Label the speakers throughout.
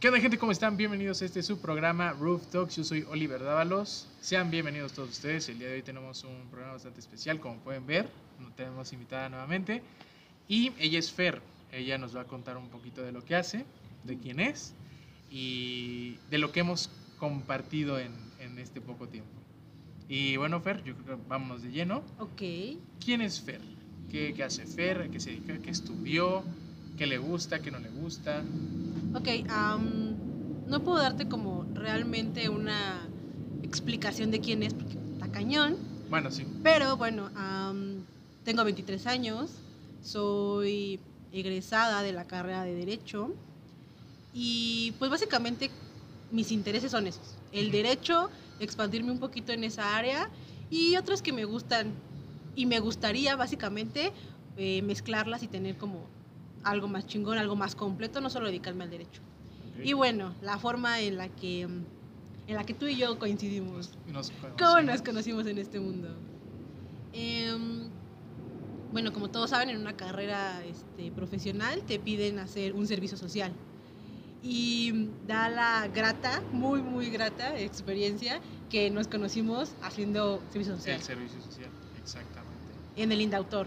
Speaker 1: ¿Qué onda gente? ¿Cómo están? Bienvenidos a este su programa Roof Talks. Yo soy Oliver Dávalos. Sean bienvenidos todos ustedes. El día de hoy tenemos un programa bastante especial, como pueden ver. Nos tenemos invitada nuevamente. Y ella es Fer. Ella nos va a contar un poquito de lo que hace, de quién es y de lo que hemos compartido en, en este poco tiempo. Y bueno, Fer, yo creo que vámonos de lleno.
Speaker 2: Ok.
Speaker 1: ¿Quién es Fer? ¿Qué, qué hace Fer? ¿A qué se dedica? ¿Qué estudió? ¿Qué le gusta? ¿Qué no le gusta?
Speaker 2: Ok, am, no puedo darte como realmente una explicación de quién es, porque está cañón.
Speaker 1: Bueno, sí.
Speaker 2: Pero bueno, am, tengo 23 años, soy egresada de la carrera de Derecho y pues básicamente mis intereses son esos. El
Speaker 1: Ujú.
Speaker 2: derecho, expandirme un poquito en esa área y otros que me gustan y me gustaría básicamente eh, mezclarlas y tener como algo más chingón, algo más completo, no solo dedicarme al derecho. Y bueno, la forma en la que mm, en la que tú y yo coincidimos.
Speaker 1: Nos- nos
Speaker 2: ¿Cómo nos
Speaker 1: conocimos.
Speaker 2: conocimos en este mundo? Em, bueno, como todos saben, en una carrera este, profesional te piden hacer un servicio social. Y mm, da la grata, muy, muy grata experiencia que nos conocimos haciendo servicio social
Speaker 1: El servicio social, exactamente.
Speaker 2: en el Indautor.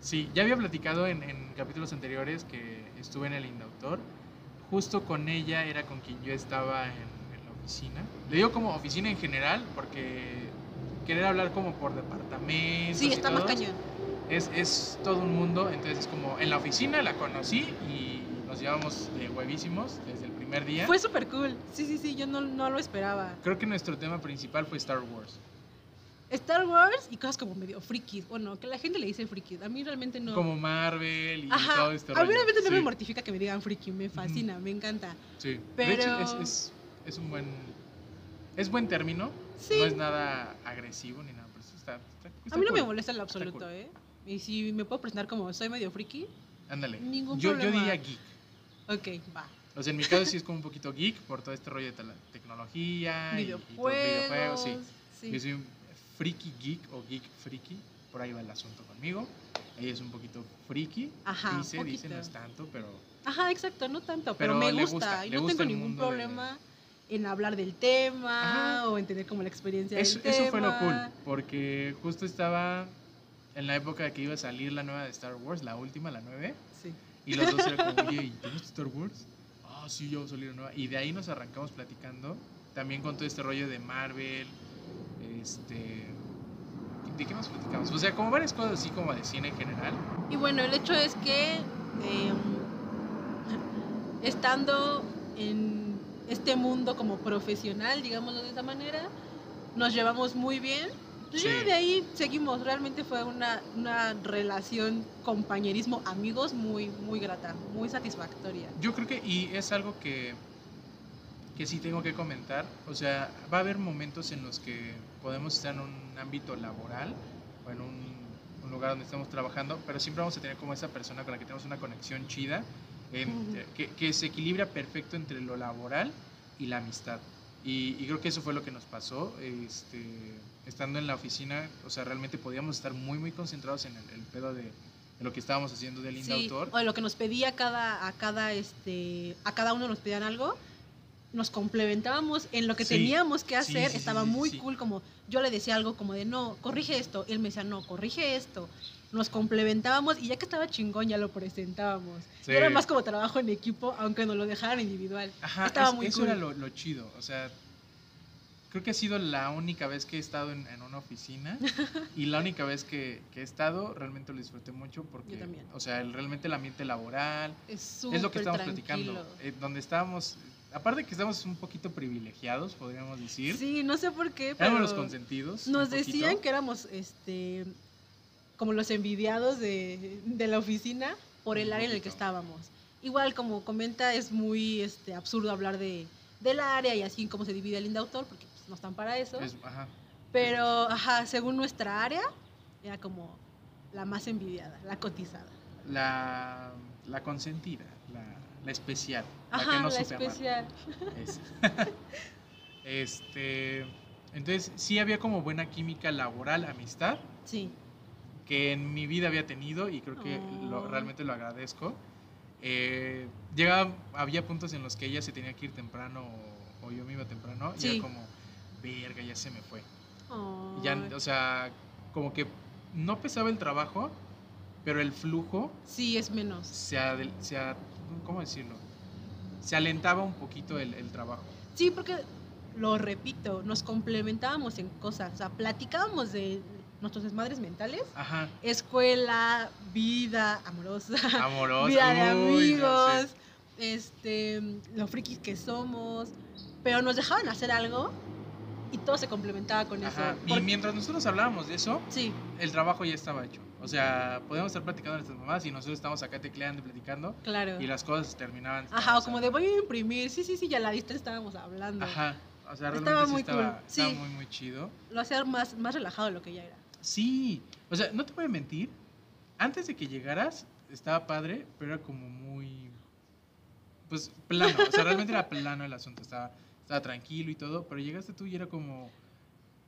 Speaker 1: Sí, ya había platicado en, en capítulos anteriores que estuve en el Indautor. Justo con ella era con quien yo estaba en, en la oficina. Le digo como oficina en general porque querer hablar como por departamentos.
Speaker 2: Sí,
Speaker 1: y
Speaker 2: está más
Speaker 1: todo,
Speaker 2: cañón.
Speaker 1: Es, es todo un mundo, entonces es como en la oficina la conocí y nos llevamos de huevísimos desde el primer día.
Speaker 2: Fue súper cool. Sí, sí, sí, yo no, no lo esperaba.
Speaker 1: Creo que nuestro tema principal fue Star Wars.
Speaker 2: Star Wars y cosas como medio frikis. Bueno, que la gente le dice frikis. A mí realmente no.
Speaker 1: Como Marvel y
Speaker 2: Ajá.
Speaker 1: todo este
Speaker 2: A mí
Speaker 1: rollo.
Speaker 2: realmente no me
Speaker 1: Sí,
Speaker 2: mortifica que me digan friki. Me fascina, me encanta.
Speaker 1: Sí,
Speaker 2: pero-
Speaker 1: de hecho es, es- es un buen... Es buen término,
Speaker 2: Sí.
Speaker 1: No es nada agresivo ni nada, pero eso está, está- está
Speaker 2: a mí no me
Speaker 1: cool.
Speaker 2: molesta en lo
Speaker 1: Está
Speaker 2: absoluto,
Speaker 1: cool.
Speaker 2: ¿eh? Y si me puedo presentar como soy medio friki,
Speaker 1: Ándale.
Speaker 2: ningún
Speaker 1: yo, yo
Speaker 2: problema.
Speaker 1: diría geek.
Speaker 2: ok, va.
Speaker 1: O sea, en mi caso sí es como un poquito geek por todo este rollo de tele- tecnología y- y
Speaker 2: Videojuegos.
Speaker 1: videojuegos. Sí.
Speaker 2: sí.
Speaker 1: Yo soy un friki geek o geek friki. Por ahí va el asunto conmigo. Ella es un poquito friki.
Speaker 2: Ajá,
Speaker 1: dice, dice, no
Speaker 2: poquito.
Speaker 1: es tanto, pero
Speaker 2: Ajá, exacto, no tanto,
Speaker 1: Pero
Speaker 2: pero, me
Speaker 1: le
Speaker 2: gusta.
Speaker 1: gusta,
Speaker 2: y
Speaker 1: le
Speaker 2: no
Speaker 1: gusta
Speaker 2: tengo
Speaker 1: el
Speaker 2: ningún
Speaker 1: mundo de-
Speaker 2: problema en hablar del tema
Speaker 1: Ajá.
Speaker 2: o en tener como la experiencia
Speaker 1: eso,
Speaker 2: del tema.
Speaker 1: eso fue lo cool. Porque justo estaba en la época de que iba a salir la nueva de Star Wars, la última, la 9.
Speaker 2: Sí.
Speaker 1: Y los dos eran como, oye, ¿y te gusta Star Wars? Ah, sí, yo voy a salir nueva. Y de ahí nos arrancamos platicando. También con todo este rollo de Marvel. Este. ¿De qué más platicamos? O sea, como varias cosas así como de cine en general.
Speaker 2: Y bueno, el hecho es que eh, estando en este mundo como profesional, digámoslo de esa manera, nos llevamos muy bien. Entonces,
Speaker 1: Sí.
Speaker 2: Ya de ahí seguimos, realmente fue una, una relación compañerismo amigos muy muy grata, muy satisfactoria.
Speaker 1: Yo creo que, y es algo que, que sí tengo que comentar, o sea, va a haber momentos en los que podemos estar en un ámbito laboral o en un, un lugar donde estamos trabajando, pero siempre vamos a tener como esa persona con la que tenemos una conexión chida, eh,
Speaker 2: Ujú.
Speaker 1: que, que se equilibra perfecto entre lo laboral y la amistad. Y, y creo que eso fue lo que nos pasó, este, estando en la oficina, o sea, realmente podíamos estar muy, muy concentrados en el, el pedo de, de lo que estábamos haciendo del
Speaker 2: Sí,
Speaker 1: Indautor.
Speaker 2: o lo que nos pedía cada a cada este a cada uno nos pedían algo nos complementábamos en lo que
Speaker 1: Sí,
Speaker 2: teníamos que
Speaker 1: sí,
Speaker 2: hacer
Speaker 1: sí, sí,
Speaker 2: estaba
Speaker 1: sí,
Speaker 2: muy
Speaker 1: sí.
Speaker 2: cool como yo le decía algo como de no corrige esto él me decía no corrige esto nos complementábamos y ya que estaba chingón ya lo presentábamos
Speaker 1: Sí.
Speaker 2: Y era más como trabajo en equipo aunque nos lo dejaran individual
Speaker 1: Ajá,
Speaker 2: Estaba
Speaker 1: es-
Speaker 2: muy
Speaker 1: eso
Speaker 2: cool.
Speaker 1: era lo, lo chido. O sea, creo que ha sido la única vez que he estado en, en una oficina y la única vez que, que he estado realmente lo disfruté mucho porque,
Speaker 2: Yo también.
Speaker 1: o sea, el- realmente el ambiente laboral es
Speaker 2: es,
Speaker 1: lo que
Speaker 2: súper
Speaker 1: estábamos
Speaker 2: tranquilo.
Speaker 1: platicando. eh, donde estábamos, aparte que estábamos un poquito privilegiados, podríamos decir.
Speaker 2: sí no sé por qué pero
Speaker 1: Éramos los consentidos.
Speaker 2: Nos decían que éramos este como los envidiados de, de la oficina por el
Speaker 1: Un
Speaker 2: área en el que
Speaker 1: poquito.
Speaker 2: estábamos. Igual como comenta es muy este absurdo hablar de del área y así como se divide el indautor porque pues, no están para eso,
Speaker 1: Es- ajá.
Speaker 2: pero ajá, según nuestra área era como la más envidiada, la cotizada.
Speaker 1: La, la consentida, la, la especial, la
Speaker 2: Ajá,
Speaker 1: que no
Speaker 2: la
Speaker 1: supe amar.
Speaker 2: especial.
Speaker 1: Es- este, entonces sí había como buena química laboral, amistad,
Speaker 2: Sí.
Speaker 1: que en mi vida había tenido y creo que lo-
Speaker 2: Ay.
Speaker 1: realmente lo agradezco. eh, llegaba, había puntos en los que ella se tenía que ir temprano o, o yo me iba temprano. Y
Speaker 2: Sí.
Speaker 1: era como, verga, ya se me fue.
Speaker 2: Ay.
Speaker 1: Ya, o sea, como que no pesaba el trabajo, pero el flujo
Speaker 2: Sí, es menos.
Speaker 1: se, adel- se a- ¿cómo decirlo? Se alentaba un poquito el, el trabajo.
Speaker 2: Sí, porque, lo repito, nos complementábamos en cosas. O sea, platicábamos de nuestros desmadres mentales.
Speaker 1: Ajá,
Speaker 2: Escuela, vida amorosa,
Speaker 1: amoroso.
Speaker 2: vida de
Speaker 1: uy, no sé.
Speaker 2: amigos, este, los frikis que somos. Pero nos dejaban hacer algo y todo se complementaba con
Speaker 1: Ajá,
Speaker 2: eso.
Speaker 1: Y
Speaker 2: Porque-
Speaker 1: mientras nosotros hablábamos de eso,
Speaker 2: Sí,
Speaker 1: el trabajo ya estaba hecho. O sea, podíamos estar platicando de nuestras mamás y nosotros estábamos acá tecleando y platicando
Speaker 2: claro.
Speaker 1: y las cosas terminaban.
Speaker 2: Ajá,
Speaker 1: o
Speaker 2: o como de
Speaker 1: sea,
Speaker 2: voy a imprimir. Sí, sí, sí, ya la vista estábamos hablando.
Speaker 1: Ajá, o sea,
Speaker 2: Estaba
Speaker 1: realmente sí
Speaker 2: muy
Speaker 1: estaba,
Speaker 2: cool,
Speaker 1: estaba
Speaker 2: sí.
Speaker 1: muy, muy chido.
Speaker 2: Lo hacía más, más relajado de lo que ya era.
Speaker 1: Sí, o sea, no te voy a mentir. Antes de que llegaras, estaba padre, pero era como muy. Pues plano, o sea, realmente era plano el asunto, estaba, estaba tranquilo y todo, pero llegaste tú y era como.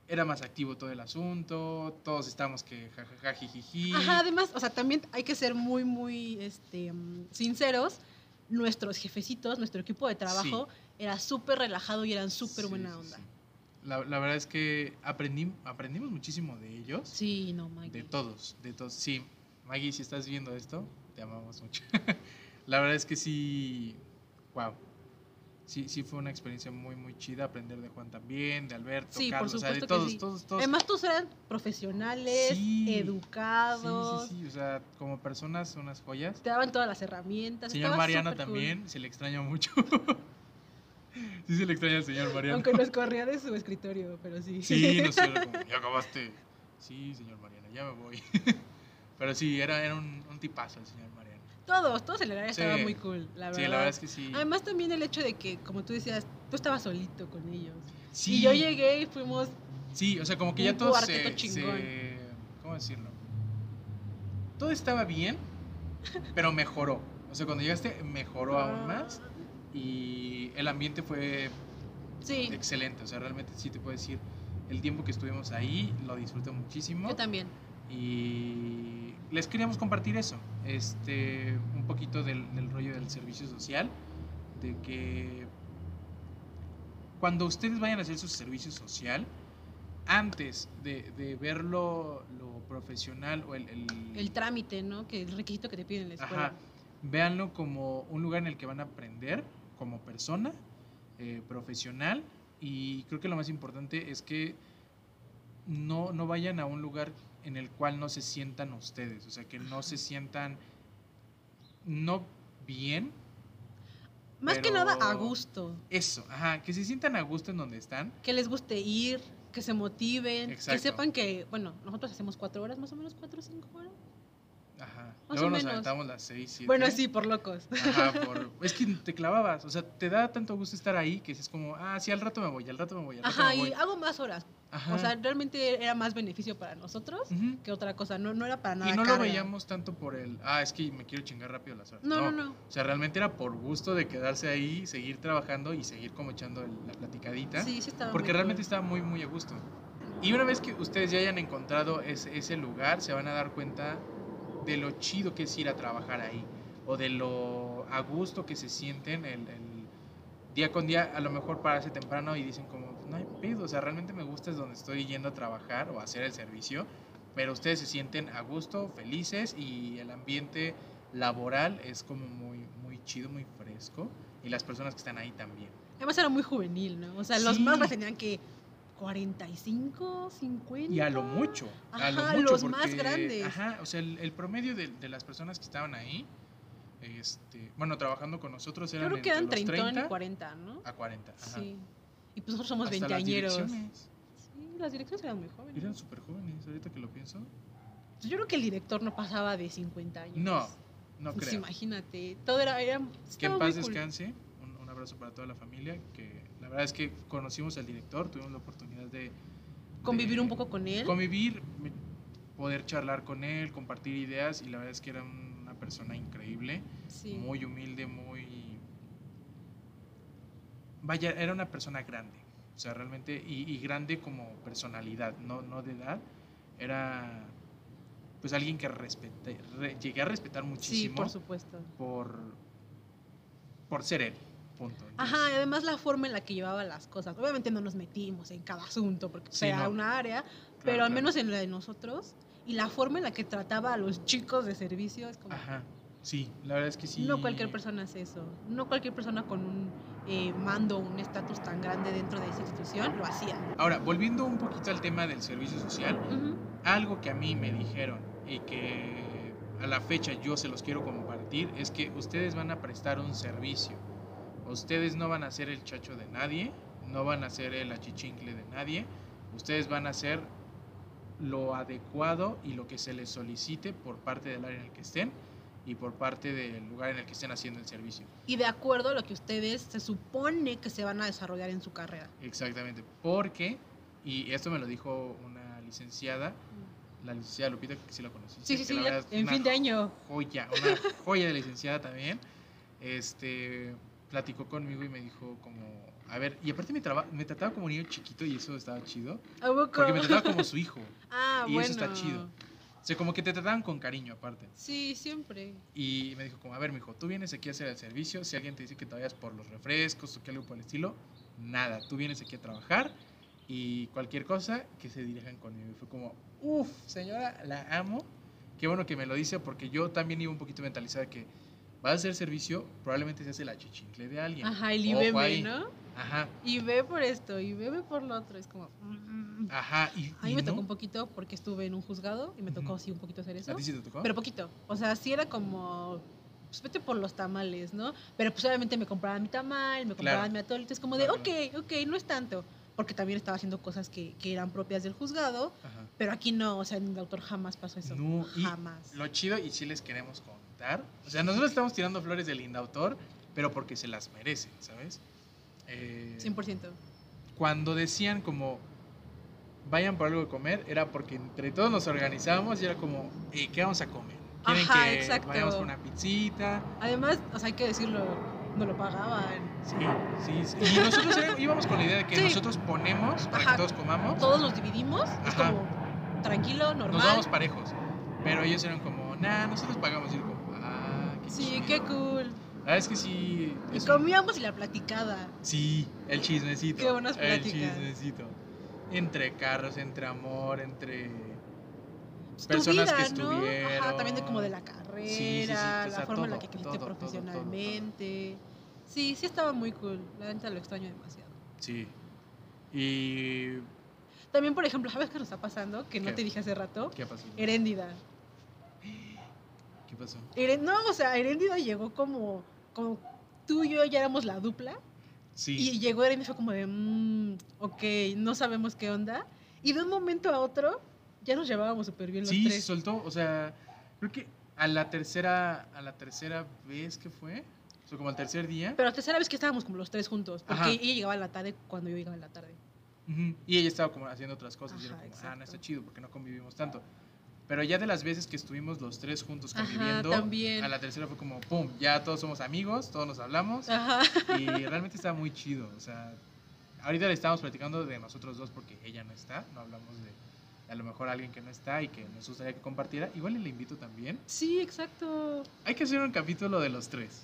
Speaker 1: Era más activo todo el asunto, todos estábamos que jajaja, jijiji.
Speaker 2: Ajá, además, o sea, también hay que ser muy, muy este, mm, sinceros. Nuestros jefecitos, nuestro equipo de trabajo, era súper relajado y eran súper
Speaker 1: Sí,
Speaker 2: buena
Speaker 1: sí,
Speaker 2: onda.
Speaker 1: sí. La, la verdad es que aprendí, aprendimos muchísimo de ellos,
Speaker 2: Sí, no, Maggie.
Speaker 1: de todos, de todos. Sí, Maggie, si estás viendo esto, te amamos mucho. la verdad es que sí, wow. Sí, sí fue una experiencia muy, muy chida aprender de Juan también, de Alberto,
Speaker 2: Sí, por
Speaker 1: Carlos, o sea, de
Speaker 2: supuesto que
Speaker 1: todos,
Speaker 2: sí.
Speaker 1: todos, todos.
Speaker 2: Además, todos eran profesionales,
Speaker 1: Sí.
Speaker 2: educados,
Speaker 1: sí, sí, sí, o sea, como personas, unas joyas.
Speaker 2: te daban todas las herramientas.
Speaker 1: Señor
Speaker 2: estaba
Speaker 1: Mariano
Speaker 2: súper cool.
Speaker 1: también, se le extraña mucho. sí se le extraña al señor Mariano.
Speaker 2: Aunque nos corría de su escritorio, pero sí.
Speaker 1: Sí, no sé, era como, ya acabaste. Sí, señor Mariano, ya me voy. Pero sí, era, era un, un tipazo el señor Mariano.
Speaker 2: todos, todos en el área
Speaker 1: Sí.
Speaker 2: estaba muy cool, la verdad.
Speaker 1: Sí, la verdad es que sí.
Speaker 2: Además, también el hecho de que, como tú decías, tú estabas solito con ellos.
Speaker 1: sí,
Speaker 2: Y yo llegué y fuimos
Speaker 1: Sí, o sea, como que ya
Speaker 2: Un
Speaker 1: todo se,
Speaker 2: cuarteto chingón.
Speaker 1: se- ¿Cómo decirlo? Todo estaba bien, pero mejoró. O sea, cuando llegaste, mejoró
Speaker 2: Ah.
Speaker 1: aún más. Y el ambiente fue
Speaker 2: Sí,
Speaker 1: excelente. O sea, realmente sí te puedo decir, el tiempo que estuvimos ahí lo disfruté muchísimo.
Speaker 2: yo también.
Speaker 1: y les queríamos compartir eso, este, un poquito del, del rollo del servicio social, de que cuando ustedes vayan a hacer su servicio social, antes de, de ver lo, lo profesional o el, el-
Speaker 2: El trámite, ¿no? Que el requisito que te piden en la escuela.
Speaker 1: ajá, véanlo como un lugar en el que van a aprender como persona, eh, profesional, y creo que lo más importante es que no, no vayan a un lugar en el cual no se sientan ustedes, o sea, que no se sientan no bien,
Speaker 2: Más que
Speaker 1: pero-
Speaker 2: nada a gusto.
Speaker 1: eso, ajá, que se sientan a gusto en donde están.
Speaker 2: Que les guste ir, que se motiven, que
Speaker 1: Exacto.
Speaker 2: sepan que, bueno, nosotros hacemos cuatro horas, más o menos cuatro o cinco horas.
Speaker 1: Ajá.
Speaker 2: o
Speaker 1: Luego nos
Speaker 2: menos.
Speaker 1: aventamos las seis, siete.
Speaker 2: Bueno, sí, por locos.
Speaker 1: Ajá, por- es que te clavabas, o sea, te da tanto gusto estar ahí que es como, ah, sí, al rato me voy, al rato me voy, al rato
Speaker 2: Ajá,
Speaker 1: me voy.
Speaker 2: y hago más horas.
Speaker 1: Ajá.
Speaker 2: O sea, realmente era más beneficio para nosotros
Speaker 1: Ujú.
Speaker 2: que otra cosa. No, no era para nada.
Speaker 1: Y no lo
Speaker 2: carga.
Speaker 1: veíamos tanto por el, ah, es que me quiero chingar rápido las horas.
Speaker 2: No, no, no.
Speaker 1: O sea, realmente era por gusto de quedarse ahí, seguir trabajando y seguir como echando el- la platicadita.
Speaker 2: Sí, sí estaba.
Speaker 1: porque
Speaker 2: muy
Speaker 1: realmente
Speaker 2: cool.
Speaker 1: estaba muy, muy a gusto. Y una vez que ustedes ya hayan encontrado ese, ese lugar, se van a dar cuenta de lo chido que es ir a trabajar ahí. O de lo a gusto que se sienten el, el día con día. A lo mejor pararse temprano y dicen como, no hay pedo. O sea, realmente me gusta es donde estoy yendo a trabajar o a hacer el servicio. Pero ustedes se sienten a gusto, felices y el ambiente laboral es como muy, muy chido, muy fresco. Y las personas que están ahí también.
Speaker 2: Además era muy juvenil, ¿no? O sea, los
Speaker 1: Sí.
Speaker 2: más grandes tenían que 45, 50.
Speaker 1: Y a lo mucho. a lo
Speaker 2: Ajá,
Speaker 1: mucho,
Speaker 2: los más
Speaker 1: porque-
Speaker 2: grandes.
Speaker 1: Ajá, o sea, el, el promedio de, de las personas que estaban ahí, este, bueno, trabajando con nosotros eran
Speaker 2: Yo creo que eran
Speaker 1: entre los
Speaker 2: 30 y
Speaker 1: 30
Speaker 2: 40, ¿no?
Speaker 1: a 40. Ajá.
Speaker 2: Sí. Y pues nosotros somos
Speaker 1: Hasta las
Speaker 2: veinteañeros.
Speaker 1: direcciones.
Speaker 2: Sí, las direcciones eran muy jóvenes.
Speaker 1: Eran súper jóvenes, ahorita que lo pienso.
Speaker 2: Yo creo que el director no pasaba de 50 años.
Speaker 1: No, no
Speaker 2: Pues
Speaker 1: creo.
Speaker 2: imagínate, todo era... era
Speaker 1: Que
Speaker 2: estaba
Speaker 1: en
Speaker 2: muy
Speaker 1: paz
Speaker 2: cool.
Speaker 1: descanse. Un, un abrazo para toda la familia. Que la verdad es que conocimos al director, tuvimos la oportunidad de
Speaker 2: Convivir
Speaker 1: de-
Speaker 2: un poco con él.
Speaker 1: convivir, me- poder charlar con él, compartir ideas. Y la verdad es que era una persona increíble.
Speaker 2: sí.
Speaker 1: muy humilde, muy... Vaya, era una persona grande, o sea, realmente, y, y grande como personalidad, no, no de edad, era pues alguien que respeté, re- llegué a respetar
Speaker 2: sí,
Speaker 1: muchísimo
Speaker 2: por supuesto.
Speaker 1: por, por ser él. Punto.
Speaker 2: Ajá, y además la forma en la que llevaba las cosas. Obviamente no nos metimos en cada asunto porque
Speaker 1: Sí,
Speaker 2: era
Speaker 1: no.
Speaker 2: una área,
Speaker 1: Claro,
Speaker 2: pero al
Speaker 1: claro.
Speaker 2: menos en la de nosotros y la forma en la que trataba a los chicos de servicio es como
Speaker 1: Ajá. Sí, la verdad es que sí.
Speaker 2: no cualquier persona hace eso, no cualquier persona con un eh, mando, un estatus tan grande dentro de esa institución lo hacía.
Speaker 1: Ahora, volviendo un poquito al tema del servicio social,
Speaker 2: Ujú.
Speaker 1: algo que a mí me dijeron y que a la fecha yo se los quiero compartir es que ustedes van a prestar un servicio. Ustedes no van a ser el chacho de nadie, no van a ser el achichincle de nadie. Ustedes van a hacer lo adecuado y lo que se les solicite por parte del área en el que estén y por parte del lugar en el que estén haciendo el servicio.
Speaker 2: Y de acuerdo a lo que ustedes se supone que se van a desarrollar en su carrera.
Speaker 1: Exactamente, porque, y esto me lo dijo una licenciada, la licenciada Lupita, que sí la conocí.
Speaker 2: Sí, sí, sí,
Speaker 1: la
Speaker 2: ya
Speaker 1: verdad es
Speaker 2: en
Speaker 1: una
Speaker 2: fin de año.
Speaker 1: joya, una joya de licenciada también. Este, platicó conmigo y me dijo como, a ver, y aparte me, traba- me trataba como niño chiquito y eso estaba chido,
Speaker 2: ¿A poco?
Speaker 1: porque me trataba como su hijo.
Speaker 2: Ah,
Speaker 1: y
Speaker 2: bueno.
Speaker 1: eso está chido. O sea, como que te trataban con cariño aparte.
Speaker 2: Sí, siempre.
Speaker 1: Y me dijo como, a ver, mijo, tú vienes aquí a hacer el servicio, si alguien te dice que te vayas por los refrescos o que algo por el estilo, nada, tú vienes aquí a trabajar y cualquier cosa que se dirijan conmigo. Y fue como, uff, señora, la amo. Qué bueno que me lo dice porque yo también iba un poquito mentalizada que vas a hacer servicio, probablemente se hace la chichincle de alguien.
Speaker 2: Ajá, el
Speaker 1: Ojo
Speaker 2: IBM,
Speaker 1: ahí.
Speaker 2: ¿no?
Speaker 1: Ajá,
Speaker 2: Y ve por esto, y ve por lo otro. Es como. mm, mm.
Speaker 1: ajá. Y,
Speaker 2: A mí
Speaker 1: Ah, y
Speaker 2: me
Speaker 1: no.
Speaker 2: tocó un poquito porque estuve en un juzgado y me tocó,
Speaker 1: Ujú.
Speaker 2: sí, un poquito hacer eso.
Speaker 1: ¿A ti sí te tocó?
Speaker 2: Pero poquito. O sea, sí era como. Pues vete por los tamales, ¿no? Pero pues obviamente me compraban mi tamal, me compraban
Speaker 1: Claro.
Speaker 2: mi atolito. Es como de,
Speaker 1: Claro,
Speaker 2: ok, ok, no es tanto. Porque también estaba haciendo cosas que, que eran propias del juzgado.
Speaker 1: Ajá.
Speaker 2: Pero aquí no, o sea, en el autor jamás pasó eso.
Speaker 1: No, y
Speaker 2: jamás.
Speaker 1: Lo chido, y sí les queremos contar. O sea, nosotros estamos tirando flores del indautor, pero porque se las merecen, ¿sabes? Eh,
Speaker 2: 100%.
Speaker 1: Cuando decían como vayan por algo de comer, era porque entre todos nos organizábamos y era como, "Eh, ¿qué vamos a comer? ¿Quieren
Speaker 2: Ajá,
Speaker 1: que
Speaker 2: exacto.
Speaker 1: vayamos por una pizzita?
Speaker 2: Además, o sea, hay que decirlo, no lo pagaban.
Speaker 1: Sí, sí, sí. Y nosotros era- íbamos con la idea de que
Speaker 2: Sí.
Speaker 1: nosotros ponemos para
Speaker 2: Ajá.
Speaker 1: que todos comamos,
Speaker 2: Todos nos dividimos, es
Speaker 1: Ajá.
Speaker 2: como tranquilo,
Speaker 1: nos
Speaker 2: normal.
Speaker 1: vamos parejos. Pero ellos eran como, nah, nosotros pagamos. Y yo como, ah, qué
Speaker 2: Sí,
Speaker 1: chido".
Speaker 2: qué cool.
Speaker 1: La verdad es que sí.
Speaker 2: Y
Speaker 1: es un-
Speaker 2: comíamos y la platicada.
Speaker 1: Sí, el chismecito.
Speaker 2: Qué buenas
Speaker 1: El
Speaker 2: pláticas.
Speaker 1: chismecito. Entre carros, entre amor, entre.
Speaker 2: Pues,
Speaker 1: Personas que
Speaker 2: ¿no? Ajá, también de como de la carrera,
Speaker 1: Sí, sí, sí, o sea,
Speaker 2: la forma en la
Speaker 1: todo,
Speaker 2: que
Speaker 1: todo,
Speaker 2: creciste
Speaker 1: todo, todo, todo.
Speaker 2: profesionalmente. Sí, sí estaba muy cool. La neta lo extraño demasiado.
Speaker 1: Sí. ¿Y
Speaker 2: También, por ejemplo, ¿sabes qué nos está pasando? Que no
Speaker 1: ¿Qué?
Speaker 2: te dije hace rato.
Speaker 1: qué pasó?
Speaker 2: Heréndida.
Speaker 1: ¿Qué pasó?
Speaker 2: Heren- No, o sea, Heréndida llegó como, como tú y yo ya éramos la dupla.
Speaker 1: Sí.
Speaker 2: Y llegó Eren y fue como de, "Mm, ok, no sabemos qué onda. Y de un momento a otro, ya nos llevábamos súper bien los
Speaker 1: sí, se
Speaker 2: tres.
Speaker 1: soltó. O sea, creo que a la tercera, a la tercera vez que fue, o sea, como al tercer día,
Speaker 2: Pero la tercera vez que estábamos como los tres juntos, porque
Speaker 1: Ajá.
Speaker 2: ella llegaba en la tarde cuando yo llegaba en la tarde.
Speaker 1: ujú, y ella estaba como haciendo otras cosas. y era
Speaker 2: Ajá,
Speaker 1: como, ah, no
Speaker 2: exacto.
Speaker 1: está chido porque no convivimos tanto. Pero ya de las veces que estuvimos los tres juntos
Speaker 2: Ajá,
Speaker 1: conviviendo,
Speaker 2: también.
Speaker 1: a la tercera fue como, pum, ya todos somos amigos, todos nos hablamos.
Speaker 2: Ajá.
Speaker 1: Y realmente está muy chido. O sea, ahorita le estamos platicando de nosotros dos porque ella no está. No hablamos de a lo mejor alguien que no está y que nos gustaría que compartiera. Igual y le invito también.
Speaker 2: Sí, exacto.
Speaker 1: Hay que hacer un capítulo de los tres.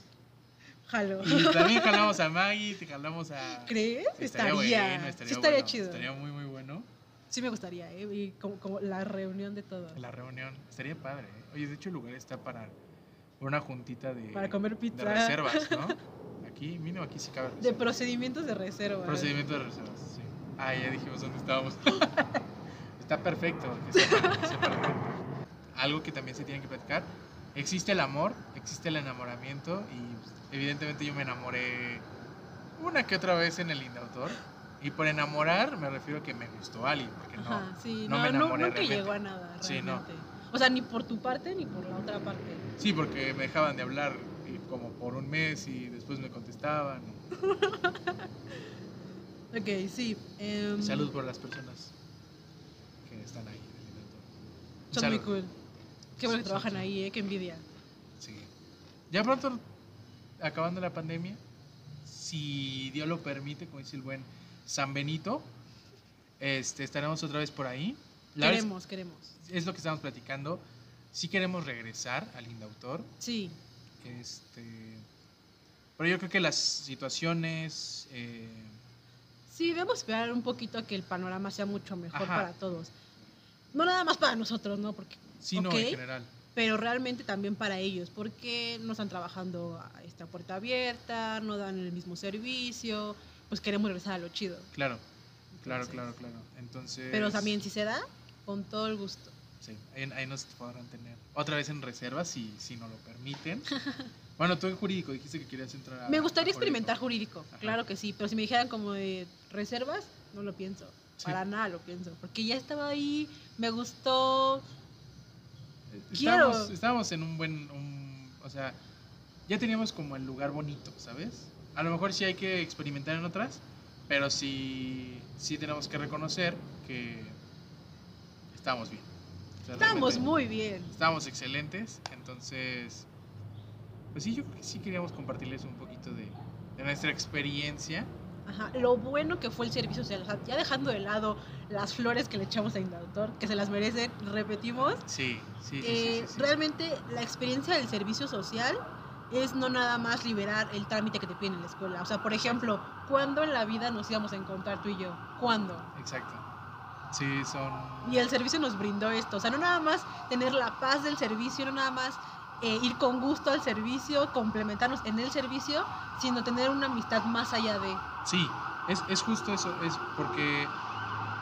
Speaker 2: Jalo.
Speaker 1: Y también jalamos a Maggie, te jalamos a.
Speaker 2: ¿Crees? Estaría.
Speaker 1: bueno,
Speaker 2: sí, estaría
Speaker 1: bueno,
Speaker 2: chido.
Speaker 1: Estaría muy, muy bueno.
Speaker 2: Sí, me gustaría, ¿eh? Y como, como la reunión de todos.
Speaker 1: La reunión. Estaría padre. ¿eh? Oye, de hecho, el lugar está para una juntita de.
Speaker 2: Para comer
Speaker 1: De
Speaker 2: pizza.
Speaker 1: reservas, ¿no? Aquí, mínimo aquí sí cabe.
Speaker 2: De
Speaker 1: reserva.
Speaker 2: procedimientos de reserva.
Speaker 1: Procedimiento de reservas, sí. Ah, ya dijimos dónde estábamos. Está perfecto, que sepa- que sepa la gente. Algo que también se tiene que platicar. Existe el amor, existe el enamoramiento y pues, evidentemente yo me enamoré una que otra vez en el Indautor. Y por enamorar me refiero a que me gustó alguien, porque no.
Speaker 2: Ajá, sí.
Speaker 1: no
Speaker 2: No,
Speaker 1: me
Speaker 2: no,
Speaker 1: enamoré
Speaker 2: nunca
Speaker 1: realmente.
Speaker 2: llegó a nada,
Speaker 1: Sí, no.
Speaker 2: realmente. O sea, ni por tu parte ni por la otra parte.
Speaker 1: Sí, porque me dejaban de hablar y como por un mes y después me contestaban.
Speaker 2: Ok, sí. em,
Speaker 1: Salud por las personas que están ahí en el Indautor. Un
Speaker 2: Son muy
Speaker 1: saludo.
Speaker 2: cool. Qué
Speaker 1: Sí,
Speaker 2: bueno que
Speaker 1: sí,
Speaker 2: trabajan
Speaker 1: sí.
Speaker 2: ahí, ¿eh? Qué envidia.
Speaker 1: Sí. Ya pronto, acabando la pandemia, si Dios lo permite, como dice el buen San Benito, este, estaremos otra vez por ahí. La verdad
Speaker 2: queremos, queremos.
Speaker 1: es, es lo que estamos platicando. Si queremos regresar al Indautor,
Speaker 2: Sí.
Speaker 1: este, Pero yo creo que las situaciones... eh,
Speaker 2: Sí, debemos esperar un poquito a que el panorama sea mucho mejor
Speaker 1: Ajá.
Speaker 2: para todos. No nada más para nosotros, ¿no? Porque,
Speaker 1: sí, no, en
Speaker 2: Ok.
Speaker 1: general.
Speaker 2: pero realmente también para ellos, porque no están trabajando a esta puerta abierta, no dan el mismo servicio, pues queremos regresar a lo chido.
Speaker 1: Claro, claro,
Speaker 2: Entonces,
Speaker 1: claro, claro. Entonces...
Speaker 2: Pero también si se da, con todo el gusto.
Speaker 1: Sí, ahí, ahí nos podrán tener. Otra vez en reserva, si, si nos lo permiten. bueno, tú en jurídico dijiste que querías entrar a...
Speaker 2: Me gustaría
Speaker 1: a Ah, jurídico.
Speaker 2: experimentar jurídico,
Speaker 1: Ajá.
Speaker 2: claro que sí, pero si me dijeran como de reservas, no lo pienso.
Speaker 1: Sí.
Speaker 2: Para nada lo pienso, porque ya estaba ahí, me gustó. Quiero.
Speaker 1: Estábamos, estábamos en un buen... un- o sea, ya teníamos como el lugar bonito, ¿sabes? A lo mejor sí hay que experimentar en otras, pero sí, sí tenemos que reconocer que estábamos bien. O sea,
Speaker 2: Estamos
Speaker 1: realmente
Speaker 2: muy bien.
Speaker 1: Estábamos excelentes, entonces... Pues sí, yo creo que sí queríamos compartirles un poquito de, de nuestra experiencia.
Speaker 2: Ajá, Lo bueno que fue el servicio social, o sea, ya dejando de lado las flores que le echamos a Indautor, que se las merecen, repetimos.
Speaker 1: Sí, sí, sí, sí,
Speaker 2: eh,
Speaker 1: sí, sí.
Speaker 2: Realmente la experiencia del servicio social es no nada más liberar el trámite que te piden en la escuela. O sea, por ejemplo, ¿cuándo en la vida nos íbamos a encontrar tú y yo? ¿Cuándo?
Speaker 1: Exacto. Sí, son...
Speaker 2: Y el servicio nos brindó esto. O sea, no nada más tener la paz del servicio, no nada más eh, ir con gusto al servicio, complementarnos en el servicio, sino tener una amistad más allá de.
Speaker 1: Sí, es, es justo eso, es porque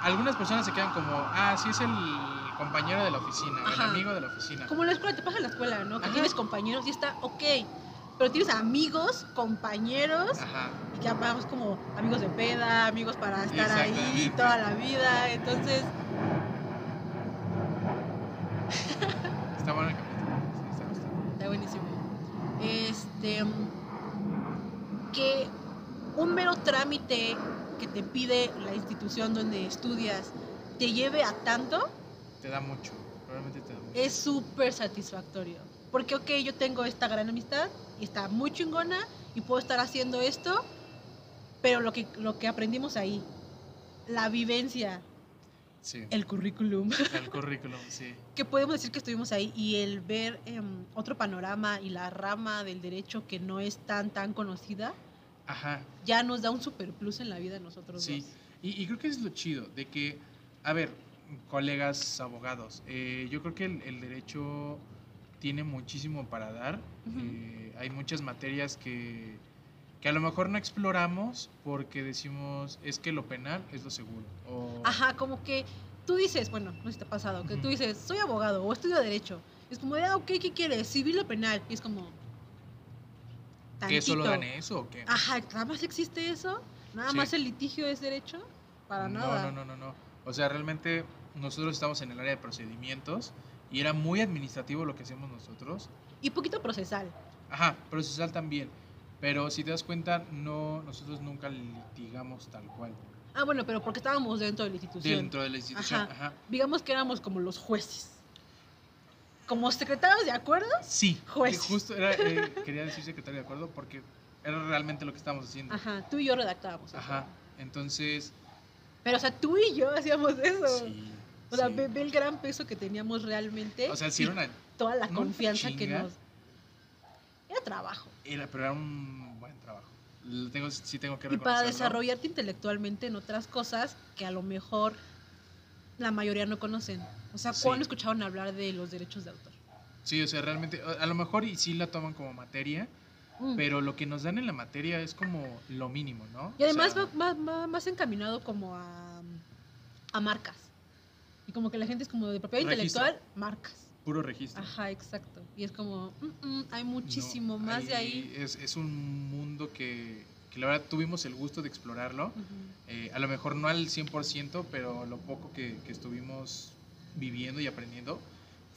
Speaker 1: algunas personas se quedan como, ah, sí es el compañero de la oficina, o el
Speaker 2: Ajá.
Speaker 1: amigo de la oficina.
Speaker 2: Como en la escuela, te pasa en la escuela, ¿no? Que
Speaker 1: Ajá.
Speaker 2: tienes compañeros y está ok. Pero tienes amigos, compañeros,
Speaker 1: Ajá,
Speaker 2: y que hablamos como amigos de peda, amigos para estar ahí
Speaker 1: Exactamente.
Speaker 2: toda la vida. Entonces,
Speaker 1: está bueno el capítulo. sí, está gustando.
Speaker 2: Está buenísimo. Este. mm, Que un mero trámite que te pide la institución donde estudias te lleve a tanto
Speaker 1: Te da mucho, realmente te da mucho.
Speaker 2: es súper satisfactorio. Porque, ok, yo tengo esta gran amistad y está muy chingona y puedo estar haciendo esto, pero lo que, lo que aprendimos ahí, la vivencia,
Speaker 1: Sí,
Speaker 2: el currículum,
Speaker 1: el currículum, sí.
Speaker 2: que podemos decir que estuvimos ahí y el ver em, otro panorama y la rama del derecho que no es tan tan conocida
Speaker 1: Ajá,
Speaker 2: ya nos da un super plus en la vida a nosotros
Speaker 1: Sí.
Speaker 2: dos.
Speaker 1: Y, y creo que es lo chido, de que, a ver, colegas abogados, eh, yo creo que el, el derecho tiene muchísimo para dar.
Speaker 2: Ujú.
Speaker 1: Eh, hay muchas materias que, que a lo mejor no exploramos porque decimos, es que lo penal es lo seguro. O,
Speaker 2: Ajá, como que tú dices, bueno, no sé si te ha pasado, que
Speaker 1: Ujú.
Speaker 2: tú dices, soy abogado o estudio derecho. Es como, de, ah, ok, ¿qué quieres? Civil o penal. Y es como,
Speaker 1: ¿Que solo
Speaker 2: tantito.
Speaker 1: gané eso o qué?
Speaker 2: Ajá, nada más existe eso, nada
Speaker 1: Sí.
Speaker 2: más el litigio es derecho, para
Speaker 1: no,
Speaker 2: nada.
Speaker 1: No, no, no, no. O sea, realmente nosotros estamos en el área de procedimientos y era muy administrativo lo que hacemos nosotros.
Speaker 2: Y poquito procesal.
Speaker 1: Ajá, procesal también. Pero si te das cuenta, no, nosotros nunca litigamos tal cual.
Speaker 2: Ah, bueno, pero porque estábamos dentro de la institución.
Speaker 1: Dentro de la institución. Ajá.
Speaker 2: digamos que éramos como los jueces. Como secretarios de acuerdo,
Speaker 1: Sí.
Speaker 2: Juez.
Speaker 1: Justo era, eh, quería decir secretario de acuerdo porque era realmente lo que estábamos haciendo.
Speaker 2: ajá, tú y yo redactábamos.
Speaker 1: Ajá. Entonces,
Speaker 2: Pero o sea, tú y yo hacíamos eso.
Speaker 1: sí.
Speaker 2: o sea,
Speaker 1: sí.
Speaker 2: ve, ve el gran peso que teníamos realmente.
Speaker 1: O sea, sí
Speaker 2: y
Speaker 1: era una-
Speaker 2: toda la
Speaker 1: no,
Speaker 2: confianza que
Speaker 1: chinga.
Speaker 2: nos era trabajo.
Speaker 1: Era, pero era un buen trabajo. Lo tengo, sí tengo que
Speaker 2: Y para
Speaker 1: reconocerlo.
Speaker 2: desarrollarte intelectualmente en otras cosas que a lo mejor la mayoría no conocen. O sea,
Speaker 1: Sí.
Speaker 2: ¿cuándo escucharon hablar de los derechos de autor?
Speaker 1: Sí, o sea, realmente, a a lo mejor y sí la toman como materia,
Speaker 2: Mm.
Speaker 1: pero lo que nos dan en la materia es como lo mínimo, ¿no?
Speaker 2: Y además
Speaker 1: O sea,
Speaker 2: va, va- va más encaminado como a, a marcas. Y como que la gente es como de propiedad
Speaker 1: Registro.
Speaker 2: intelectual, marcas.
Speaker 1: puro registro.
Speaker 2: Ajá, exacto. Y es como, "Mm, mm, hay muchísimo
Speaker 1: No,
Speaker 2: más de ahí.
Speaker 1: Es, es un mundo que, que la verdad tuvimos el gusto de explorarlo.
Speaker 2: Ujú.
Speaker 1: Eh, a lo mejor no al 100%, pero lo poco que, que estuvimos viviendo y aprendiendo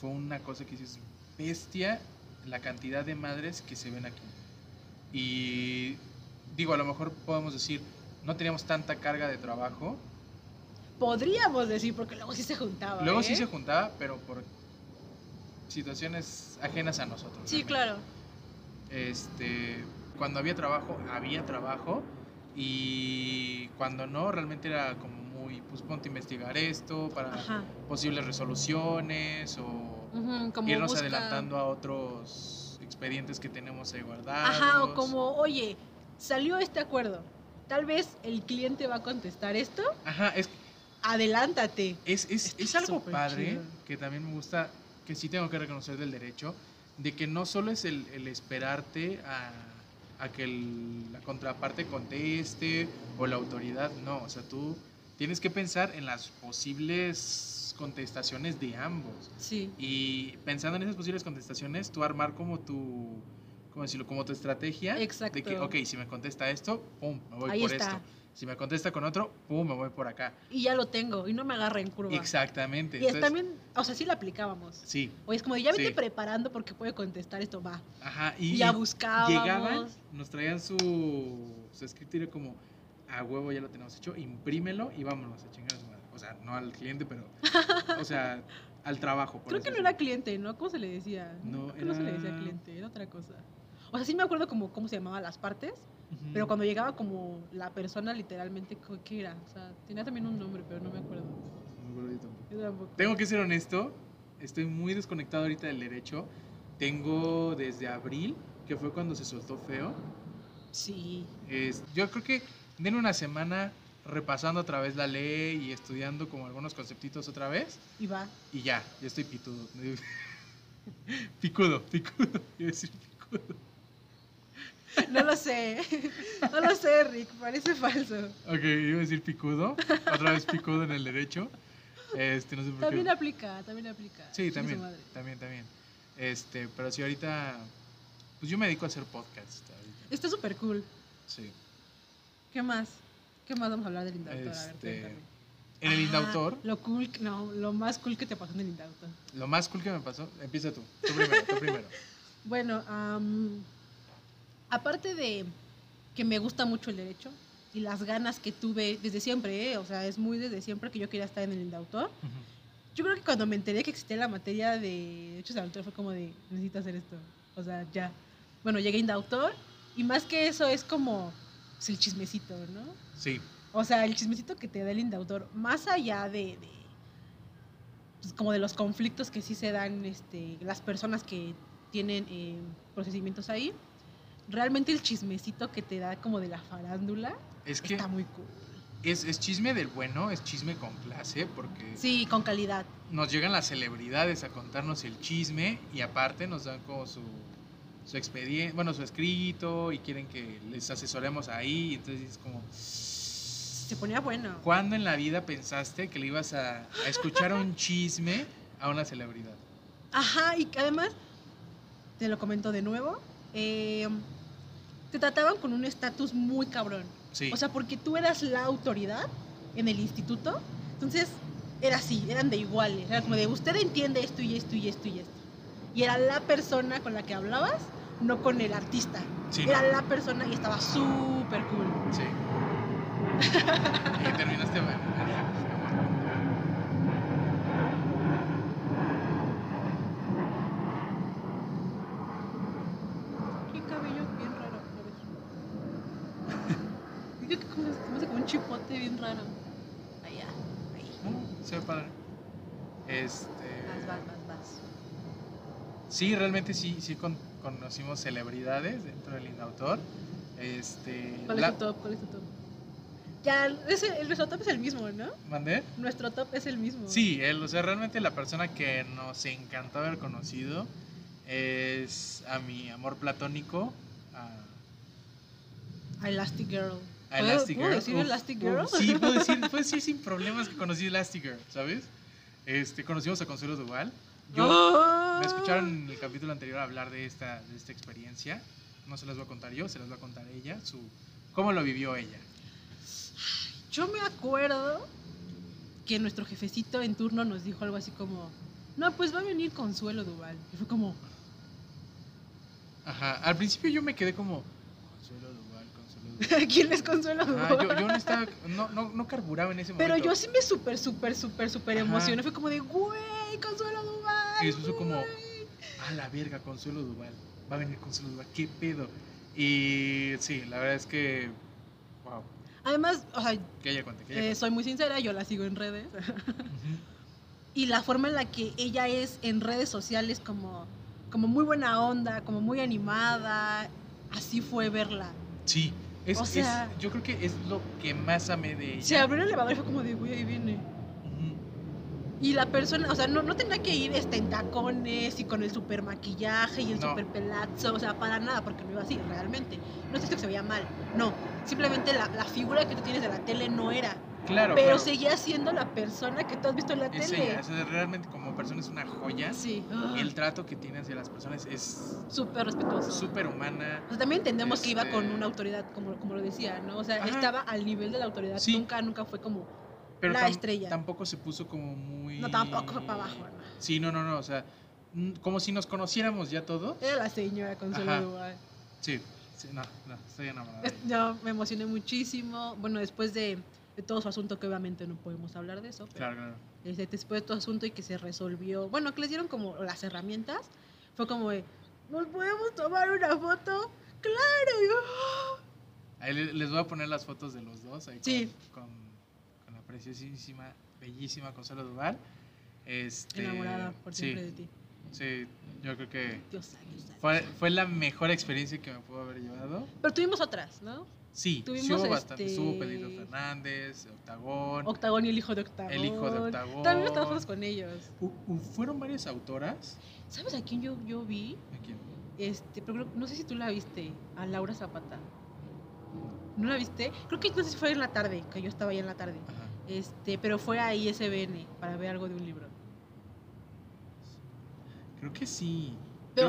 Speaker 1: fue una cosa que dices, bestia la cantidad de madres que se ven aquí. Y digo, a lo mejor podemos decir, no teníamos tanta carga de trabajo.
Speaker 2: Podríamos decir, porque luego sí se juntaba.
Speaker 1: Luego sí
Speaker 2: ¿eh?
Speaker 1: se juntaba, pero por situaciones ajenas a nosotros.
Speaker 2: Sí,
Speaker 1: realmente.
Speaker 2: claro.
Speaker 1: este cuando había trabajo había trabajo y cuando no realmente era como muy pues ponte a investigar esto para
Speaker 2: Ajá.
Speaker 1: posibles resoluciones o
Speaker 2: Ujú, como
Speaker 1: irnos
Speaker 2: busca-
Speaker 1: adelantando a otros expedientes que tenemos ahí guardados.
Speaker 2: Ajá, o como, oye, salió este acuerdo. Tal vez el cliente va a contestar esto.
Speaker 1: Ajá, es,
Speaker 2: Adelántate.
Speaker 1: es, es,
Speaker 2: Está
Speaker 1: es algo
Speaker 2: súper
Speaker 1: padre
Speaker 2: chido.
Speaker 1: que también me gusta, que sí tengo que reconocer del derecho, de que no solo es el, el esperarte a, a que el- la contraparte conteste o la autoridad, no, o sea, tú tienes que pensar en las posibles contestaciones de ambos.
Speaker 2: Sí.
Speaker 1: Y pensando en esas posibles contestaciones, tú armar como tu, como decirlo, como tu estrategia. De que,
Speaker 2: Exacto.
Speaker 1: ok, si me contesta esto, pum, me voy
Speaker 2: Ahí
Speaker 1: por
Speaker 2: está.
Speaker 1: esto. Si me contesta con otro, pum, me voy por acá.
Speaker 2: Y ya lo tengo. Y no me agarra en curva.
Speaker 1: Exactamente.
Speaker 2: Y
Speaker 1: entonces-
Speaker 2: también, o sea, sí la aplicábamos.
Speaker 1: Sí,
Speaker 2: O es como, ya vete
Speaker 1: Sí.
Speaker 2: preparando porque puede contestar esto, va.
Speaker 1: ajá.
Speaker 2: Y,
Speaker 1: Y,
Speaker 2: ya
Speaker 1: y
Speaker 2: buscábamos.
Speaker 1: llegaban, nos traían su, su script y era como, a huevo ya lo tenemos hecho, imprímelo y vámonos a chingar a su madre. O sea, no al cliente, pero, o sea, al trabajo. por
Speaker 2: Creo que
Speaker 1: así
Speaker 2: no era
Speaker 1: decirlo.
Speaker 2: cliente, ¿no? ¿Cómo se le decía?
Speaker 1: No,
Speaker 2: Creo que no se le decía
Speaker 1: era-
Speaker 2: cliente, era otra cosa. O sea, sí me acuerdo como cómo se llamaban las partes,
Speaker 1: Ujú.
Speaker 2: pero cuando llegaba como la persona literalmente, co- ¿qué era? O sea, tenía también un nombre, pero no me acuerdo.
Speaker 1: Muy gordito.
Speaker 2: Yo tampoco.
Speaker 1: Tengo que ser honesto, estoy muy desconectado ahorita del derecho. Tengo desde abril, que fue cuando se soltó feo.
Speaker 2: Sí.
Speaker 1: Es- yo creo que den una semana repasando otra vez la ley y estudiando como algunos conceptitos otra vez.
Speaker 2: Y va.
Speaker 1: Y ya, ya estoy pitudo. picudo, picudo. Iba a decir picudo.
Speaker 2: No lo sé. No lo sé, Rick. Parece falso.
Speaker 1: Ok, iba a decir picudo. Otra vez picudo en el derecho. Este, no sé por qué.
Speaker 2: También aplica, también aplica.
Speaker 1: Sí,
Speaker 2: Chingue su
Speaker 1: también,
Speaker 2: madre.
Speaker 1: también, también. Este, pero si ahorita, pues yo me dedico a hacer podcast. ahorita.
Speaker 2: Está súper cool.
Speaker 1: Sí.
Speaker 2: ¿Qué más? ¿Qué más vamos a hablar del Indautor? A ver,
Speaker 1: Este,
Speaker 2: cuéntame.
Speaker 1: En el
Speaker 2: Ah,
Speaker 1: Indautor,
Speaker 2: Lo cool, que- no, lo más cool que te pasó en el Indautor.
Speaker 1: lo más cool que me pasó, empieza tú, tú primero, tú primero.
Speaker 2: Bueno, am, aparte de que me gusta mucho el derecho y las ganas que tuve desde siempre, ¿eh? o sea, es muy desde siempre que yo quería estar en el Indautor.
Speaker 1: Ujú.
Speaker 2: Yo creo que cuando me enteré que existía la materia de derechos de autor fue como de, necesito hacer esto. O sea, ya. Bueno, llegué a Indautor y más que eso es como pues, el chismecito, ¿no?
Speaker 1: Sí,
Speaker 2: O sea, el chismecito que te da el Indautor, más allá de, de, pues, como de los conflictos que sí se dan este, las personas que tienen eh, procedimientos ahí, realmente el chismecito que te da como de la farándula
Speaker 1: es que
Speaker 2: está muy cool.
Speaker 1: es, es chisme del bueno, es chisme con clase, porque
Speaker 2: Sí, con calidad.
Speaker 1: nos llegan las celebridades a contarnos el chisme y aparte nos dan como su, su expediente, bueno, su escrito y quieren que les asesoremos ahí, entonces es como...
Speaker 2: Se ponía bueno.
Speaker 1: ¿Cuándo en la vida pensaste que le ibas a, a escuchar un chisme a una celebridad?
Speaker 2: Ajá, y que además, te lo comento de nuevo, eh, te trataban con un estatus muy cabrón.
Speaker 1: Sí.
Speaker 2: O sea, porque tú eras la autoridad en el instituto, entonces era así, eran de iguales. Era como de, usted entiende esto y esto y esto y esto. Y era la persona con la que hablabas, no con el artista.
Speaker 1: sí,
Speaker 2: Era la persona y estaba súper cool.
Speaker 1: no, sí. y terminaste bueno, bueno.
Speaker 2: Qué cabello bien raro. a ver. Digo que como, se me hace como un chipote bien raro. Allá, ahí.
Speaker 1: No, Se ve padre. Este,
Speaker 2: Más, más, más, más.
Speaker 1: Sí, realmente sí, sí con- conocimos celebridades dentro del Indautor. Este,
Speaker 2: ¿Cuál
Speaker 1: la-
Speaker 2: es tu top? ¿Cuál es tu top? Ya, ese- el- nuestro top es el mismo, ¿no?
Speaker 1: ¿Mandé?
Speaker 2: Nuestro top es el mismo.
Speaker 1: Sí, él, o sea, realmente la persona que nos encantó haber conocido es a mi amor platónico, a
Speaker 2: A Elastic Girl.
Speaker 1: A Elastigirl.
Speaker 2: ¿Puedo decir
Speaker 1: Uf,
Speaker 2: Elastic
Speaker 1: uf,
Speaker 2: Girl?
Speaker 1: sí, puedo decir, puedo decir sin problemas que conocí Elastigirl, ¿sabes? Este, conocimos a Consuelo Duval. Yo,
Speaker 2: ¡Ah!
Speaker 1: Me escucharon en el capítulo anterior hablar de esta, de esta experiencia. No se las voy a contar yo, se las va a contar ella, su, cómo lo vivió ella.
Speaker 2: Yo me acuerdo que nuestro jefecito en turno nos dijo algo así como: No, pues va a venir Consuelo Duval. Y fue como:
Speaker 1: Ajá, al principio yo me quedé como, Consuelo Duval, Consuelo Duval.
Speaker 2: ¿Quién es Consuelo
Speaker 1: Ajá,
Speaker 2: Duval?
Speaker 1: Ah, yo, yo no estaba, no, no, no carburaba en ese momento.
Speaker 2: Pero yo sí me súper, súper, súper, súper
Speaker 1: Ajá.
Speaker 2: emocioné. Fue como de, güey, Consuelo Duval.
Speaker 1: Y eso fue como-
Speaker 2: güey".
Speaker 1: a "Ah, la verga, Consuelo Duval. Va a venir Consuelo Duval, qué pedo. Y sí, la verdad es que, wow,
Speaker 2: Además, o sea,
Speaker 1: que ella cuente, que ella
Speaker 2: eh,
Speaker 1: cuente.
Speaker 2: soy muy sincera, yo la sigo en redes.
Speaker 1: Ujú.
Speaker 2: y la forma en la que ella es en redes sociales, como como muy buena onda, como muy animada. Así fue verla.
Speaker 1: Sí. Es,
Speaker 2: O
Speaker 1: es-
Speaker 2: sea-
Speaker 1: yo creo que es lo que más amé de ella.
Speaker 2: Se abrió el elevador y fue como de, güey, ahí viene.
Speaker 1: Ujú.
Speaker 2: Y la persona, o sea, no, no tenía que ir este, en tacones y con el super maquillaje y el
Speaker 1: No.
Speaker 2: super pelazo, o sea, para nada, porque no iba así, realmente. No es esto que se veía mal, no. Simplemente la, la figura que tú tienes de la tele no era,
Speaker 1: Claro,
Speaker 2: pero
Speaker 1: claro.
Speaker 2: seguía siendo la persona que tú has visto en la
Speaker 1: Es
Speaker 2: tele.
Speaker 1: ella, o sea, realmente como persona es una joya.
Speaker 2: Sí,
Speaker 1: El trato que tiene hacia las personas es
Speaker 2: súper respetuoso.
Speaker 1: súper humana.
Speaker 2: O sea, también entendemos que iba
Speaker 1: Este-
Speaker 2: con una autoridad, como, como lo decía, ¿no? O sea,
Speaker 1: Ajá.
Speaker 2: estaba al nivel de la autoridad,
Speaker 1: Sí.
Speaker 2: nunca, nunca fue como,
Speaker 1: Pero
Speaker 2: La
Speaker 1: tam-
Speaker 2: estrella.
Speaker 1: tampoco se puso como muy...
Speaker 2: no, tampoco fue para abajo, ¿no?
Speaker 1: Sí, no, no, no, o sea, mm, como si nos conociéramos ya todos.
Speaker 2: Era la señora con su
Speaker 1: Ajá.
Speaker 2: lugar.
Speaker 1: Sí, sí, no, no, estoy enamorado. de
Speaker 2: Es-
Speaker 1: ella.
Speaker 2: Yo me emocioné muchísimo. Bueno, después de, de todo su asunto, que obviamente no podemos hablar de eso, pero
Speaker 1: Claro, claro.
Speaker 2: este, después de todo asunto y que se resolvió, bueno, que les dieron como las herramientas, fue como de, ¿nos podemos tomar una foto? ¡Claro! Y yo, ¡ah!
Speaker 1: Ahí le- les voy a poner las fotos de los dos ahí
Speaker 2: Sí.
Speaker 1: con, con, con la preciosísima, bellísima Consuelo Duval. Este,
Speaker 2: enamorada por
Speaker 1: sí,
Speaker 2: siempre de ti.
Speaker 1: Sí, yo creo que
Speaker 2: Dios santo, Dios santo.
Speaker 1: fue, fue la mejor experiencia que me pudo haber llevado.
Speaker 2: Pero tuvimos otras, ¿no?
Speaker 1: Sí, sí
Speaker 2: Tuvimos,
Speaker 1: hubo bastante.
Speaker 2: este,
Speaker 1: Estuvo Pedrito Fernández, Octagón,
Speaker 2: Octagón y el hijo de Octagón.
Speaker 1: el hijo de Octagón.
Speaker 2: También estamos juntos con ellos.
Speaker 1: Hu- hu- fueron varias autoras.
Speaker 2: ¿Sabes a quién yo, yo vi?
Speaker 1: ¿A quién?
Speaker 2: Este, pero creo- no sé si tú la viste, a Laura Zapata. ¿No la viste? Creo que no sé si fue en la tarde, que yo estaba ahí en la tarde.
Speaker 1: Ajá.
Speaker 2: Este, pero fue a ISBN para ver algo de un libro.
Speaker 1: Creo que sí.
Speaker 2: Pero,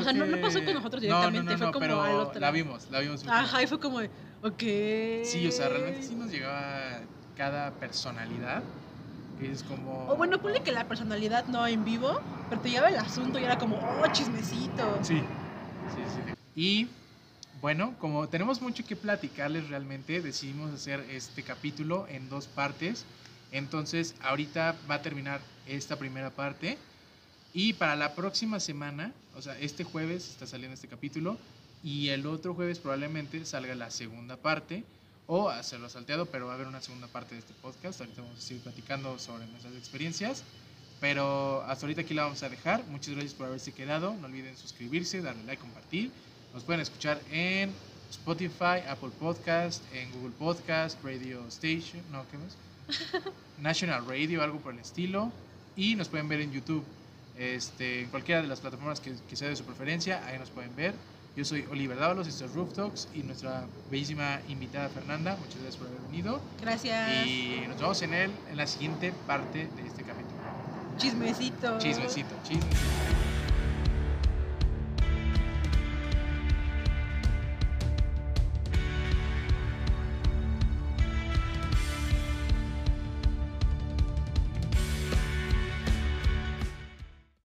Speaker 1: Creo
Speaker 2: o sea, no- no
Speaker 1: que-
Speaker 2: pasó con nosotros
Speaker 1: No, no,
Speaker 2: directamente,
Speaker 1: no,
Speaker 2: fue
Speaker 1: no,
Speaker 2: como
Speaker 1: pero
Speaker 2: al otro.
Speaker 1: La vimos, la vimos. mucho.
Speaker 2: Ajá, y fue como, de, ok.
Speaker 1: Sí, o sea, realmente sí nos llegaba cada personalidad. Que es como.
Speaker 2: O bueno, ponle que la personalidad no en vivo, pero te lleva el asunto y era como, oh, chismecito.
Speaker 1: Sí, sí, sí. Y bueno, como tenemos mucho que platicarles realmente, decidimos hacer este capítulo en dos partes. Entonces, ahorita va a terminar esta primera parte. Y para la próxima semana, o sea, este jueves está saliendo este capítulo. Y el otro jueves probablemente salga la segunda parte. O hacerlo salteado, pero va a haber una segunda parte de este podcast. Ahorita vamos a seguir platicando sobre nuestras experiencias. Pero hasta ahorita aquí la vamos a dejar. Muchas gracias por haberse quedado. No olviden suscribirse, darle like, compartir. Nos pueden escuchar en Spotify, Apple Podcast, en Google Podcast, Radio Station, no, ¿qué más? National Radio, algo por el estilo. Y nos pueden ver en YouTube. Este, en cualquiera de las plataformas que, que sea de su preferencia, ahí nos pueden ver. Yo soy Oliver Dávalos, esto es Roof Talks y nuestra bellísima invitada Fernanda. Muchas gracias por haber venido.
Speaker 2: Gracias.
Speaker 1: Y nos vemos en, el, en la siguiente parte de este capítulo.
Speaker 2: Chismecito.
Speaker 1: Chismecito, chismecito.